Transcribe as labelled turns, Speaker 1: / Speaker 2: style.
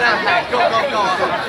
Speaker 1: แบบไหนโยกโยกโยก